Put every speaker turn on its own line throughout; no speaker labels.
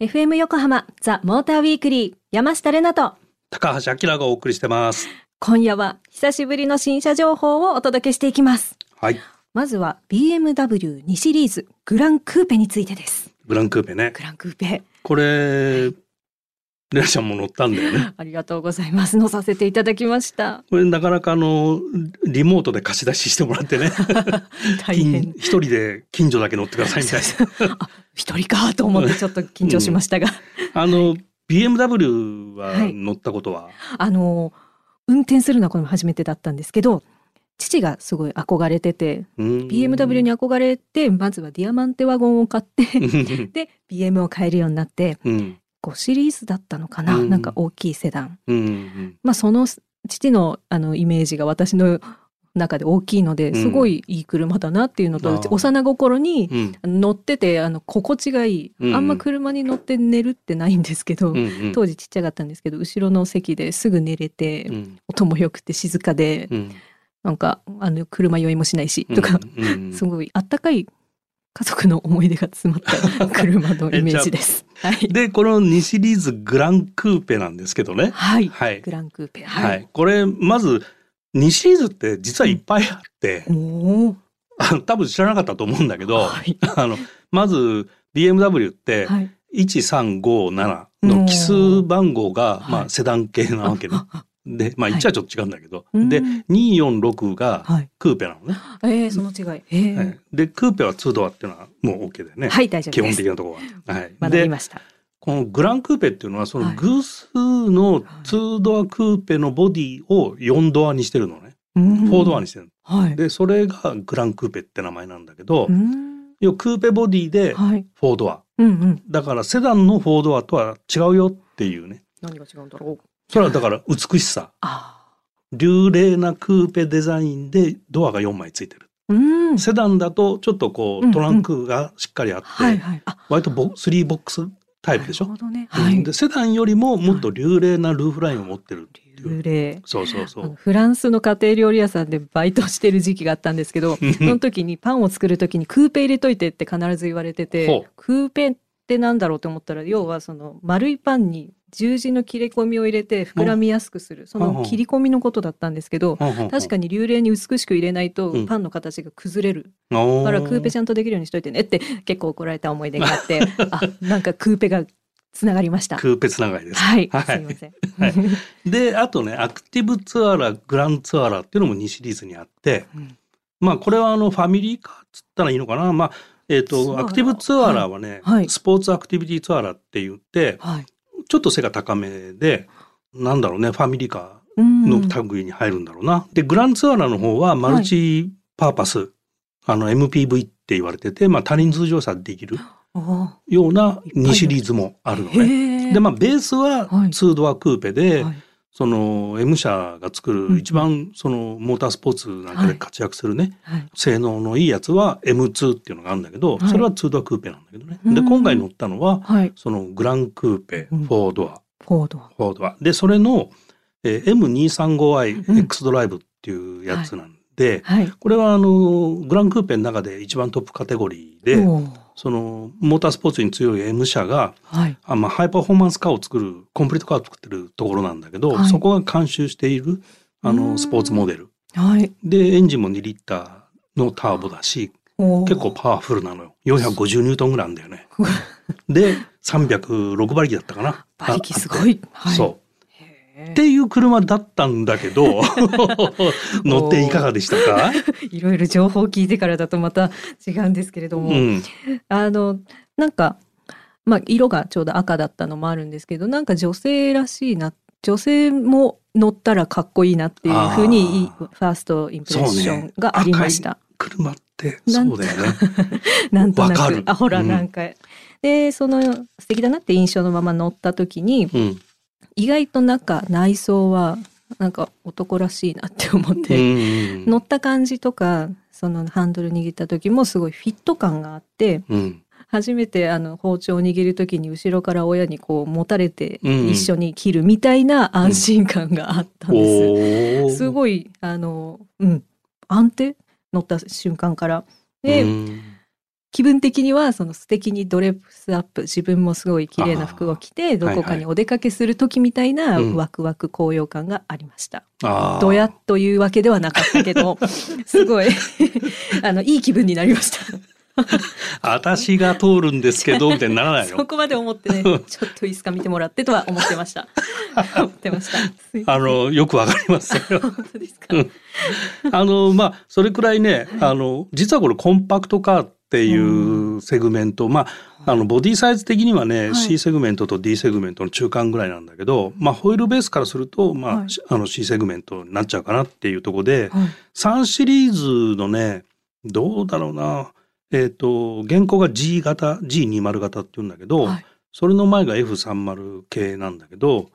FM 横浜ザ・モーターウィークリー山下れなと
高橋明がお送りしてます。
今夜は久しぶりの新車情報をお届けしていきます
はい。
まずは BMW2 シリーズグランクーペについてです
グランクーペね。
グランクーペ
これ、レナちゃんも乗ったんだよね。
ありがとうございます乗させていただきました
これなかなかあの、リモートで貸し出ししてもらってね。
大変
近一人で近所だけ乗ってくださいみたい
そうそう あ一人かと思ってちょっと緊張しましたが、
な。あの、BMW は
はい
乗ったことは、
あの運転するのはこれも初めてだったんですけど父がすごい憧れてて BMW に憧れてまずはディアマンテワゴンを買って
に。
で BM を買えるようになって
うん。
5シリーズだったのかな、
うん
なんか大きいセダン
うんうん。
まあその父のあのイメージが私の中で大きいので
ん
すごいいい車だなっていうのと、
あー
幼心に
うん。
乗っててあの心地がいい、
うん
あんま車に乗って寝るってないんですけど、
うんうん。
当時ちっちゃかったんですけど後ろの席ですぐ寝れて、
うん
音も良くて静かで、
うん
なんかあの車酔いもしないし、とか
うんうん
すごいあったかい家族の思い出が詰ま った車のイメージです。はい。
で、この2シリーズグランクーペなんですけどね。
はい。
はい。
グランクーペ。
は
はい。
い。これ、まず、2シリーズって実はいっぱいあって、
おお。
あの多分知らなかったと思うんだけど、
はい。
あの、まず BMW って、
はい。
1357の奇数番号が、
うん
ま
は
あ、
い
セダン系なわけね
ああ
で、まあ、1
はい
はちょっと違うんだけど、
うん
で、246が
はい。
クーペなのね。
ええ、その違い。え
は
え
い。で、クーペは2ドアっていうのはもう OK だよね。
はい、大丈
基
夫で
本
す
的。なところは。はい。
学び
で、
ました。
このグランクーペっていうのは、そ
は
の
い
偶数の2ドアクーペのボディを4ドアにしてるのね。
フォ
4ドアにしてるの。
はい。
で、それがグランクーペって名前なんだけど
う、ん。
要はクーペボディで
はい。
4ドア。
うんうん。
だからセダンの4ドアとは違うよっていうね。
何が違うんだろう。
それはだから美しさ。
ああ。
流麗なクーペデザインでドアが4枚ついてる。
うん。
セダンだとちょっとこ
うん
うトランクがしっかりあって、
はいはい。あ、
割とボ3ボックスタイプでし
な
ょ
る。ほどね。はい
で。セダンよりももっと流麗なルーフラインを持ってるっていう。
幽霊。
そうそうそ
あの
う。
フランスの家庭料理屋さんでバイトしてる時期があったんですけどその時にパンを作る時にクーペ入れといてって必ず言われて
ほ
て
う
クーペってなんだろうと思ったら要はその丸いパンに十字の切れ込みを入れて膨らみやすくするそ
ほうほ
の
う
切り込みのことだったんですけど確かに流麗に美しく入れないと
うん
パンの形が崩れる
に
だからクーペちゃんとできるようにしといてねって結構怒られた思い出があ ってあなんかクーペがつながりました。
クーペつながりです。
はい、
はい
すいません。
はいで、あとね、アクティブツアラ、グランツアラっていうのも2シリーズにあって、
うん
まあこれはあのファミリーカーっつったらいいのかな。まあ、えっ、
ツア
と、
ラ
アクティブツアラはね、
はいはい
スポーツアクティビティツアラって言って、
はい
ちょっと背が高めで、なんだろうね、ファミリーカ
うん
ーの類に入るんだろうな。で、グランツアラの方はマルチパーパス、あの MPV って言われてて、まあ他人通常差できる
お
ような
っぱいあ
2
る
シリーズもあるのね。
へえ
で、まあベースは
はい
2ドアクーペで、
はい
その M 社が作
うん
る一番そのモータースポーツなんかで活躍するね、
はい
性能のいいやつは M2 っていうのがあるんだけど、
はい
それは2ドアクーペなんだけどね。
う
で、
ん
今回乗ったのは、
はい、
そのグランクーペ、
うん
フォードア、
フォードは。
フォードア。で、それの、えー M235i X ドライブっていうやつなんで、
はい。
これはあの、グランクーペの中で一番トップカテゴリーで、
おー
その、モータースポーツに強い M 社が、
はい。
あまあ、ハイパフォーマンスカーを作る、コンプリートカーを作ってるところなんだけど、
はい
そこが監修している、あ
う
の、
ん
スポーツモデル。
はい。
で、エンジンも2リッターのターボだし、
おー
結構。パワフルなのよ。450ニュートンぐらいあるんだよ ね。で、306馬力だったかな。
馬力す
あ
ご。い。
あって
はい。。
そうう。っていう車だったんだけ ど、 乗っていかがでしたか
いろいろ情報を聞いてからだとまた違うんですけれど
う
も、
ん。
あの、なんか、まあ、色がちょうど赤だったのもあるんですけど、なんか女性らしいな、女性も乗ったらかっこいいなっていうふうに、いい
あ
ファーストインプレッションがありました。
車って、そうだよね。
なんとな
わか
く
る。
あ、ほら、
うん
なんか。で、その素敵だなって印象のまま乗った時に、
うん。
意外と中内装はなんか男らしいなって思っ
う
て、
ん。
乗った感じとかそのハンドル握った時もすごいフィット感があって
うん。
初めてあの包丁を握る時に後ろから親にこう持たれて
うん
一緒に切るみたいな安心感があったんです。
お
す
い。
ごいあの、うん、安定乗った瞬間から。で、
うん
気分的にはその素敵にドレスアップ自分もすごい綺麗な服を着てどこか
はいは
に
い
お出かけする時みたいな
うん
ワクワク高揚感がありました。
あー
ドヤというわけではなかったけ どすごい あのいい気分になりました。
私が通るんですけどみたいにならな い
そ
の。
こまで思 ってねちょっといいっすか見てもらってとは思ってました。思ってました。すいま
あのよくわかり ます。それは
せん本当ですか。
うんあのまあそれくらいね、
はい
あの実はこれコンパクトカーっていうセグメント、まああのボディサイズ的にはね、
はい
C セグメントと D セグメントの中間ぐらいなんだけど、まあホイールベースからするとまあ、
はい
しあの C セグメントになっちゃうかなっていうところで、
はい
3シリーズのねどうだろうな。えっと現行が G 型 G20 型っていうんだけど、
はい
それの前が F30 系なんだけど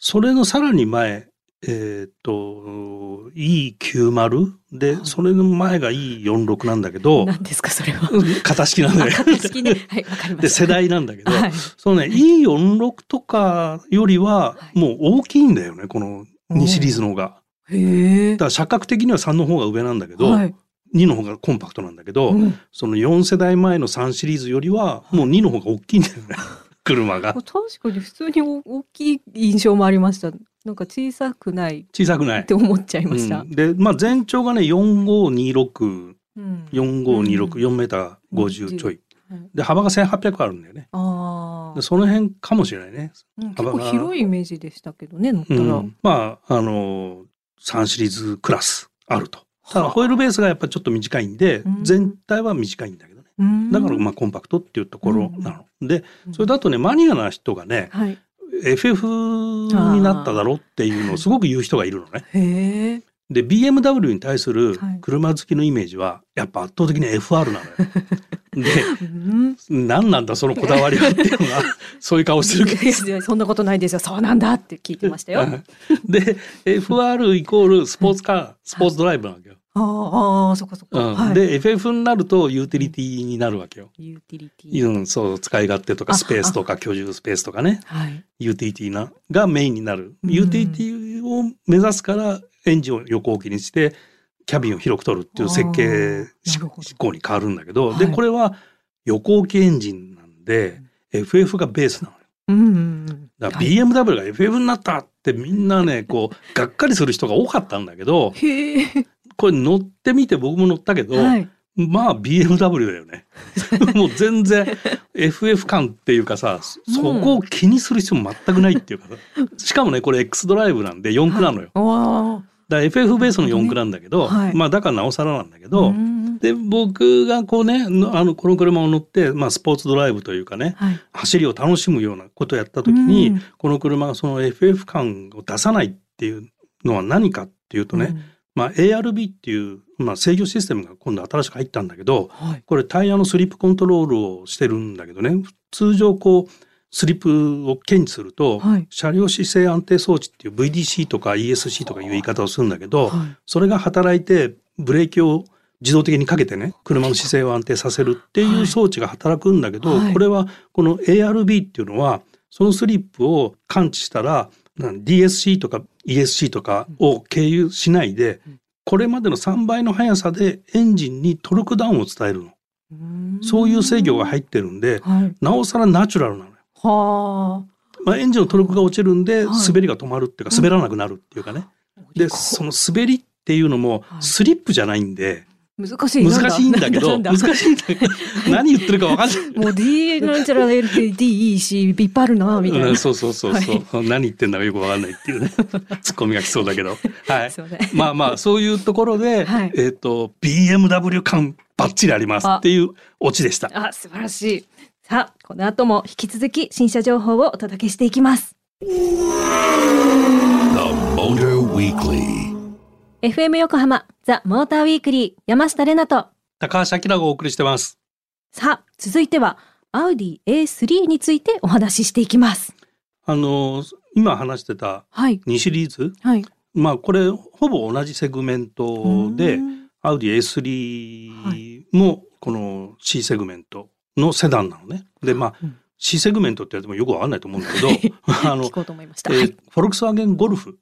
それのさらに前えーっと E90 で、
はい
それの前が E46 なんだけど
何ですかそれ は。
うん型式なん
あ
だよ
形式ね。はいわかりました。
で世代なんだけど、
はい。
そのね E46 とかよりは
はい
もう大きいんだよねこの2シリーズの方が。
へえ
だ。から社格的には3の方が上なんだけど、
はい。
2の方がコンパクトなんだけど、
うん
その4世代前の3シリーズよりはもう2の方が大きいんだよね 車が。
確かに普通にお大きい印象もありました。なんか小さくない
小さくない
って思っちゃいました
う。ん、で、まあ、全長がね
うんう
45264526
ん
メーター50ちょい
はい
で幅が1800あるんだよね
あ
で
あ、
その辺かもしれないね、
うん結
幅
構
が
広いイメージでしたけどね乗った
う
ら。
ん、まああの3シリーズクラスあるとただ
はあ
ホイールベースがやっぱちょっと短いんで
うん
全体は短いんだけどね
うん
だからまあコンパクトっていうところなの、でそれだとねマニアな人がね
はい。
FF になっただろっていうのをすごく言う人がいるのね
へえ。
で BMW に対する
はい
車好きのイメージはやっぱ圧倒的に FR なのよ。
うん。
で何なんだそのこだわりはっていう のがそういう顔してるけど。
いやそんなことないですよ。そうなんだって聞いてましたよ。あ
で FR イコールスポーツカースポーツドライブなわけよ。
あああ、そっかそっか。
うん
はい。
で FF になるとユーティリティになるわけよ。
ユーティリティ。
うん、そう使い勝手と
あ
かスペースとか居住スペースとかね
はい。
ユーティリティながメインになる。
うん
ユーティリティを目指すからエンジンを横置きにしてキャビンを広く取るっていう設計
あーな
し
るほど
思考に変わるんだけど、で
はい
これは横置きエンジンなんで、FF がベースなのよ。
うんうんうん。
だから BMW が FF になったってみんなねこうがっかりする人が多かったんだけど
へえ。
これ乗ってみて僕も乗ったけど、
はい。
まあ BMW だよ ね。もう全然 FF 感っていうかさそそこを気にする必要も全くないっていうかさしかもねこれ X ドライブなんで4駆なのよ。
わ
だから FF ベースの4駆なんだけど、
はい
まあだからなおさらなんだけ
あ。
ど、
ん
で僕がこうねのあのこの車を乗って、まあ、スポーツドライブというかね
はい。
走りを楽しむようなことをやった時に、
うん
この車がその FF 感を出さないっていうのは何かっていうとね、
うん。
まあ、ARB っていう、まあ、制御システムが今度新しく入ったんだけど
はい。
これタイヤのスリップコントロールをしてるんだけどね通常こうスリップを検知すると、
はい
車両姿勢安定装置っていう VDC とか ESC とかいう言い方をするんだけど、
はい
それが働いてブレーキを自動的にかけてね車の姿勢を安定させるって
はいいう
装置が働くんだけど、
はい
これはこの ARB っていうのはそのスリップを感知したらなん DSC とか ESC とかを経由しないで
うん
これまでの3倍の速さでエンジンにトルクダウンを伝えるのそういう制御が入ってるんで
はい。
なおさらナチュラルなのよ。
は
まあ、エンジンのトルクが落ちるん
は
で
い
滑りが止まるっていうか滑らなくなるっていうかね。
あ。
でその滑りっていうのも
はい
スリップじゃないんで、
難しい。
難しいんだけど
なんだ
難
なんだ
しいんだけど 何言ってるか分かんない。
もう D なんちゃら LTDEC いっぱいあるなみたいうな。
ん
す
そうそうそうそう、何言ってんだかよく分かんないっていう ねツッコミが来そうだけど、はい、
いません。
まあまあそういうところで、
はい
えっ、と BMW 感バッチリありますっていうオチでした。
あ素晴らしい。さあこの後も引き続き新車情報をお届けしていきます。
The Motor Weekly.
FM 横浜ザモーターウィークリー山下れなと。
高橋明がお送りしてます。
さあ続いてはアウディ A3 についてお話ししていきます。
あの今話してた
はい
2シリーズ、
はい。
まあこれほぼ同じセグメントで。アウディ
は
A3 もこの C セグメントのセダンなのね。でまあ、
うん
C セグメントって言われてもよくわかんないと思うんだけ どあの
聞、こうと思いまし
え
た。はい
ーフォルクスワーゲンゴルフ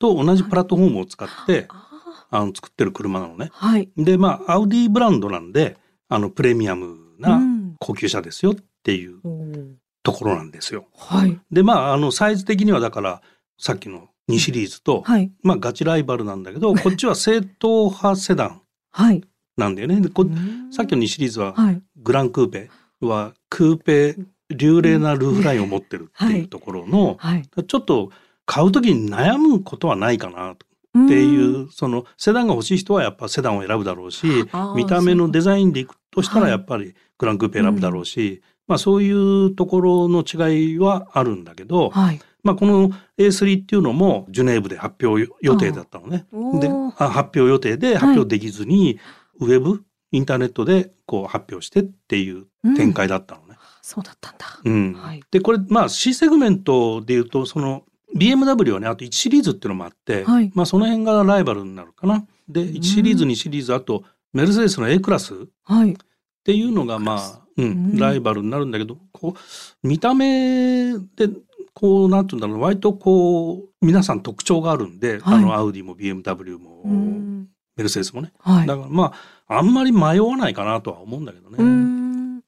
と同じプラットフォームを使って、
あ
あの作ってる車なのね。
ーはい。
でまあアウディブランドなんであのプレミアム
う
なん高級車ですよっていう
うん
ところなんですよ。
はい
でまああのサイズ的にはだからさっきの2シリーズと、
はい
まあガチライバルなんだけどこっちは正統派セダン
はい。
なんだよね。でこ
うん
さっきの2シリーズは
はい
グランクーペはクーペ流麗なルーフラインを持ってるっていうところの、
はい
ちょっと買う時に悩むことはないかなっていう、そのセダンが欲しい人はやっぱセダンを選ぶだろうし
あー
見た目のデザインでいくとした
は
ら
い
やっぱりグランクーペ選ぶだろうし、まあ、そういうところの違いはあるんだけど、
はい。
まあ、この A3 っていうのもジュネーブで発表予定だったのね。
おー
であ発表予定で発表できずに、ウェブインターネットでこう発表してっていう展開だったのね。
そうだったんだ。
うん
はい
でこれまあ C セグメントでいうとその BMW はねあと1シリーズっていうのもあって、
はい
まあ、その辺がライバルになるかな。で
ん
1シリーズ2シリーズあとメルセデスの A クラスっ
はい。
ていうのがまあ、うん
うん
ライバルになるんだけどこう見た目でこうなんていうんだろう割とこう皆さん特徴があるんで、
はい
あのアウディも BMW も
うん
メルセデスもね
はい。
だからまああんまり迷わないかなとは思うんだけどね。
うん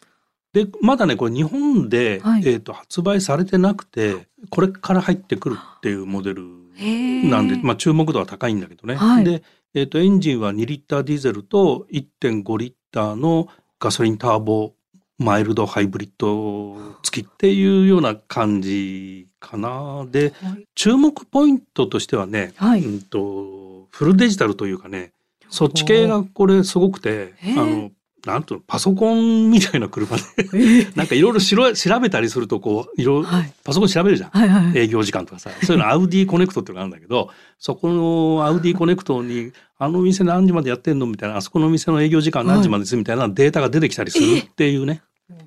でまだねこれ日本で、
はい
えー、と発売されてなくてこれから入ってくるっていうモデル
へー
なんで、まあ、注目度は高いんだけどね、
はい
で、えー、とエンジンは2リッターディーゼルと1.5リッターのガソリンターボマイルドハイブリッド付きっていうような感じかなで
はい
注目ポイントとしてはね、
はい
うん、とフルデジタルというかねそっち系がこれすごくてあ
へー
のなんとパソコンみたいな 車で
えー
なんかいろいろしろ調べたりするとこういろ
はい
パソコン調べるじゃん。
はいはい。
営業時間とかさそういうのアウディコネクトっていうのがあるんだ けどそこのアウディコネクトに「あのお店何時までやってんの?」みたいな「あそこのお店の営業時間何時までです」みたいなデータが出てきたりするっていうね、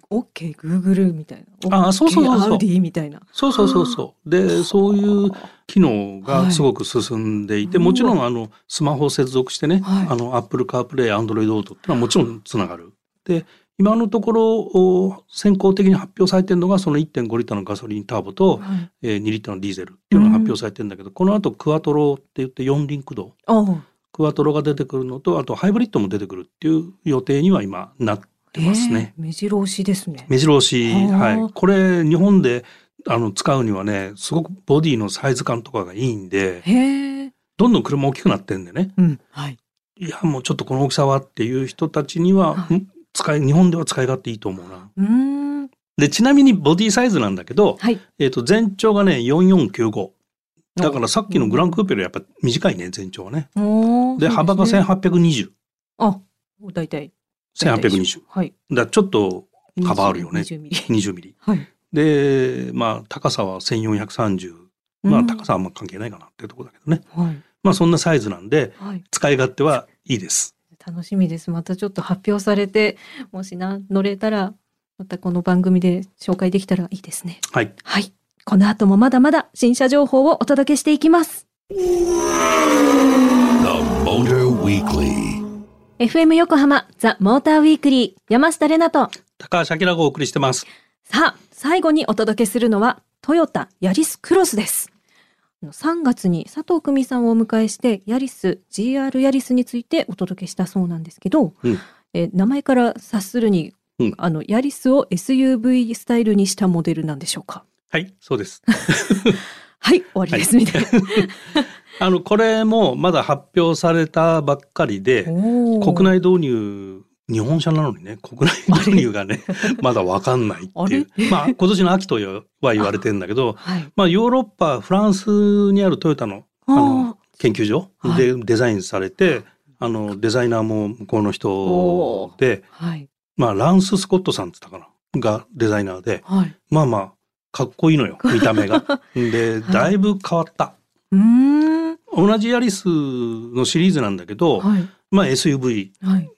オッケーグーグルみたいな。
あそうそうそうそう
アウディみたいな。
そうそうそうそうでそういう機能がすごく進んでいて、
はい
もちろんあのスマホを接続してね、
はい
あの Apple CarPlay Android Auto っていうのはもちろんつながる。で今のところお先行的に発表されてるのがその1.5リッターのガソリンターボと、
はい
えー2リッターのディーゼルっていうのが発表されてるんだけど、この後クワトロって言って4輪駆動
おう
クワトロが出てくるのとあとハイブリッドも出てくるっていう予定には今なってますね。
えー目白押しですね。
目白押し、
はあ
はい、これ日本であの使うにはねすごくボディのサイズ感とかがいいんで
へえ。
どんどん車大きくなってんでね
うん。はい。
いやもうちょっとこの大きさはっていう人たちには、
は
ん使い日本では使い勝手いいと思うな。
うーん。
でちなみにボディサイズなんだけど、
はい。
えー、と全長がね4495だからさっきのグランクーペよりやっぱ短いね全長はね。
おー
で幅が。
そうすね
1820。
あ、大体。
1820
はい。
だからちょっと幅あるよね
20ミリ。
20ミリ
はい。
でまあ高さは1430まあ高さはあんま関係ないかなっていうところだけどね。
うん。はい。
まあそんなサイズなんで
はい。
使い勝手はいいです。
楽しみです。またちょっと発表されて、もしな、乗れたら、またこの番組で紹介できたらいいですね。
はい。
はい。この後もまだまだ新車情報をお届けしていきます。
The Motor Weekly.
FM 横浜ザ・モーターウィークリー山下れなと。
高橋明がお送りしてます。
さあ、最後にお届けするのはトヨタヤリスクロスです。あの3月に佐藤久美さんをお迎えしてヤリス GR ヤリスについてお届けしたそうなんですけど、
うん
えー名前から察するに、
うん
あのヤリスを SUV スタイルにしたモデルなんでしょうか
はい、そうです。
はい終わりです、みたいな
あのこれもまだ発表されたばっかりで 国
国
内導入日本車なのにね国内導入がねまだわかんないっていう
あれ
まあ今年の秋とは言われてんだけど
はい
まあヨーロッパフランスにあるトヨタの
あー
あの研究所でデザインされて、あのデザイナーも向こうの人で、
はい
まあ、ランス・スコットさんって言ったかながデザイナーで
はい
まあまあかっこいいのよ見た目が。で
はい
だいぶ変わった。
うーん
同じヤリスのシリーズなんだけど、
はい
まあ SUV
はい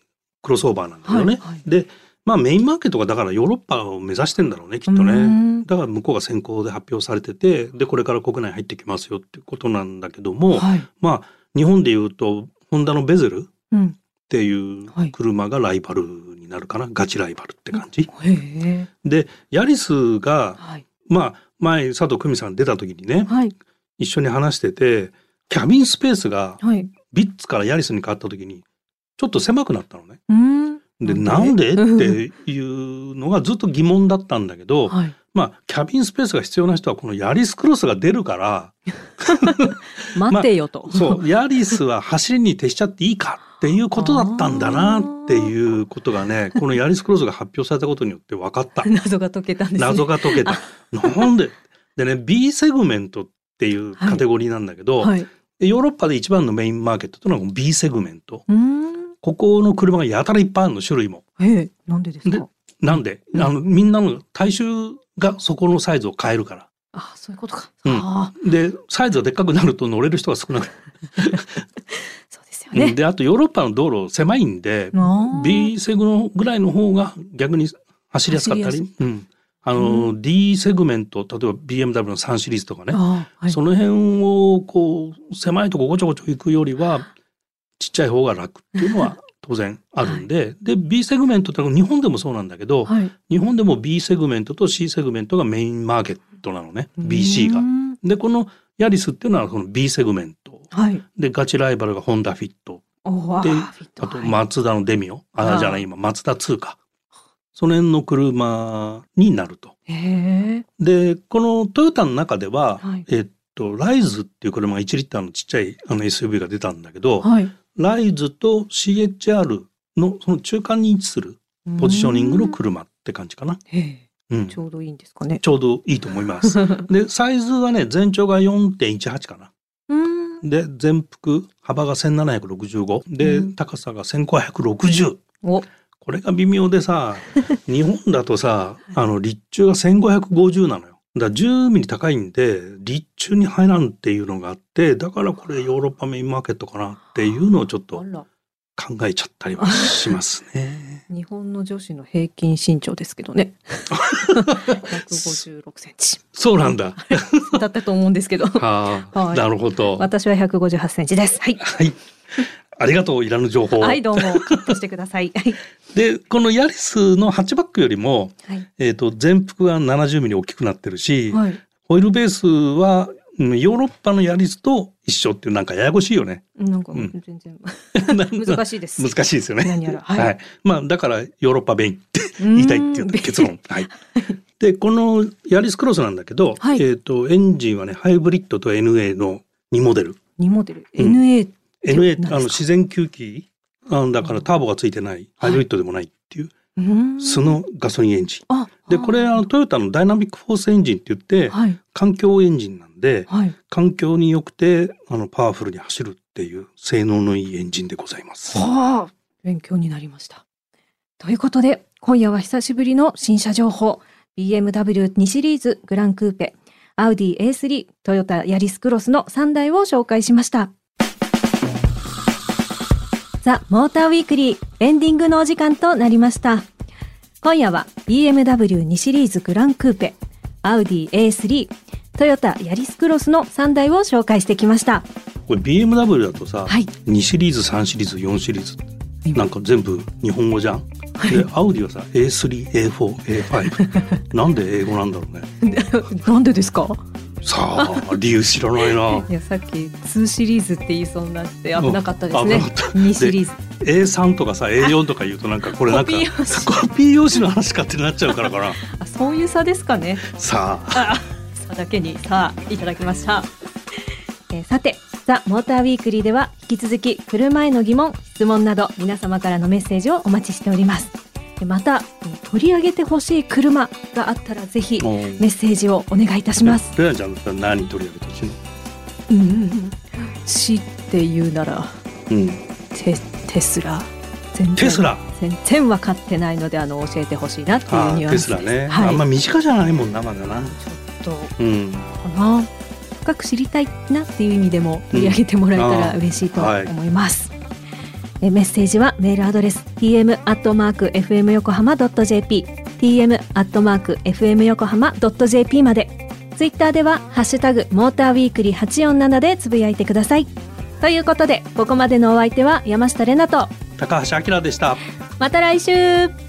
クロスオーバーなんだよね。
はいはい
でまあメインマーケットがだからヨーロッパを目指してんだろうねきっと
うー
ね。
ん
だから向こうが先行で発表されててでこれから国内入ってきますよってことなんだけども、
はい
まあ日本でいうとホンダのベゼルっ
うん
ていう
はい
車がライバルになるかな、ガチライバルって感じ。
へえ
でヤリスが
はい
まあ前佐藤久美さん出た時にね
はい
一緒に話しててキャビンスペースが
はい
ビッツからヤリスに変わった時にちょっと狭くなったのね。
うーん
で
な
なんん
で
でっていうのがずっと疑問だったんだけど、
はい。
まあキャビンスペースが必要な人はこのヤリスクロスが出るから
待てよと。
そう ヤリスは走りに徹しちゃっていいかっていうことだったんだなっていうことがねこのヤリスクロスが発表されたことによって分かった。
謎が解けた んですね。
謎が解けた。なんででね B セグメントっていうカテゴリーなんだけど、
はい。う
ヨーロッパで一番のメインマーケットというのはこの B セグメント。
ーん。
ここの車がやたらいっぱいあるの種類も。
ええ、なんでです
で
か。
なんで、
うん
あのみんなの大衆がそこのサイズを変えるから。
あ、そういうことか。
うん
ああ、
でサイズがでっかくなると乗れる人が少なく
そうですよ
て、
ね。
であとヨーロッパの道路狭いんで、
あー
B セグのぐらいの方が逆に走りやすかった
走
り、うん、あの、D セグメント例えば BMW の3シリーズとかね、
あーはい。
その辺をこう狭いとこごちょごちょ行くよりはちっちゃい方が楽っていうのは当然あるんで、で B セグメントってのは日本でもそうなんだけど、
はい。
日本でも B セグメントと C セグメントがメインマーケットなのね BC
うー
が。
ん
でこのヤリスっていうのはこの B セグメント
はい。
でガチライバルがホンダフィット
おお。
で
あーフィット
あと
はい
マツダのデミオあ
あー
じゃない今マツダ2かその辺の車になると。
へえ。
でこのトヨタの中では、
はい
えっとライズっていう車が1リッターのちっちゃいあの SUV が出たんだけど、
はい。
ライズと CHR のその中間に位置するポジショニングの車って感じかな、
へえ。
うん、
ちょうどいいんですかね。
ちょうどいいと思います でサイズはね全長が4.18かな
うーん。
で全幅幅が1765で、
うん
高さが1560
お。
これが微妙 でさ日本だとさあの立柱が1550なのよだから10ミリ高いんで立柱に入らんっていうのがあってだからこれヨーロッパメインマーケットかなっていうのをちょっと
あら。
考えちゃったりはします ね
日本の女子の平均身長ですけど ね。156センチ
そうなんだ
だったと思うんですけど。
はあ、
はい
なるほどは
私は158センチです。はい。
いありがとういらぬ情報、
はい、どうもカットしてください。はい。
でこのヤリスのハッチバックよりも、
はい。
えー、と前幅が70ミリ大きくなってるし、
はい。
ホイールベースはうんヨーロッパのヤリスと一緒っていうなんかややこしいよね。
なんか
うん
全 然
難
難しいです。
しいですよね。
何やら。
はい、
はい。
まあだからヨーロッパ弁って
言
言いたいっていう結。論。 はい。でこのヤリスクロスなんだけど、
はい
えっ、とエンジンはねハイブリッドと NA の2モデル。
2モデル。
うん
NA。
NA
何ですか
あの自然吸気あのだからターボがついてない、ハイブリッドでもないっていう
うーん
そ。のガソリンエンジン。
あ。
でこれあのトヨタのダイナミックフォースエンジンって言って
はい。
環境エンジンなんで、
はい。
環境に良くてあのパワフルに走るっていう性能のいいエンジンでございます。
はあ、勉強になりました。ということで、今夜は久しぶりの新車情報、BMW2 シリーズグランクーペ、アウディ A3、トヨタヤリスクロスの3台を紹介しました。ザ・モーターウィークリー、エンディングのお時間となりました。今夜は BMW2 シリーズグランクーペ、アウディ A3、トヨタヤリスクロスの3台を紹介してきました。
これ BMW だとさ、
はい
2シリーズ3シリーズ4シリーズなんか全部日本語じゃん。でアウディはさ A3A4A5 なんで英語なんだろうね。
なんでですか
さあ理由知らない な。
いやさっき2シリーズって言いそうになって危なかったです
う
ね
ん危なかっ。た
2シリーズ。
A3 とかさ A4 とか言うとなんかこれなんか
コピー用紙
コピー用紙の話かってなっちゃうからかな。
あそういう差ですかね。
さあ
あ差だけにさあいただきました。えーさて、ザ・モーターウィークリーでは引き続き車への疑問、質問など皆様からのメッセージをお待ちしております。でまた取り上げてほしい車があったらぜひメ
もう
ッセージをお願いいたします。
レナちゃんだったら何取り上げてほしいの？
うんうんうん。死っていうなら
うん
テテスラ。全然
テスラ。
全然分かってないのであの教えてほしいなっていう
あ
ニュアン
ーテ
ス
ス
で
ラ
す。
ね、
はい、
あんま身近じゃないもんなまだな
ちょっ
うん
とかな深く知りたいなっていう意味でも取り上げてもらえたら
うん
嬉しいと
はい
思います。えメッセージはメールアドレス tm アットマーク fm 横浜 jp tm アットマーク fm 横浜 jp まで。ツイッターではハッシュタグモーターウィークリー847でつぶやいてください。ということでここまでのお相手は山下れなと
高橋明でした
また来週。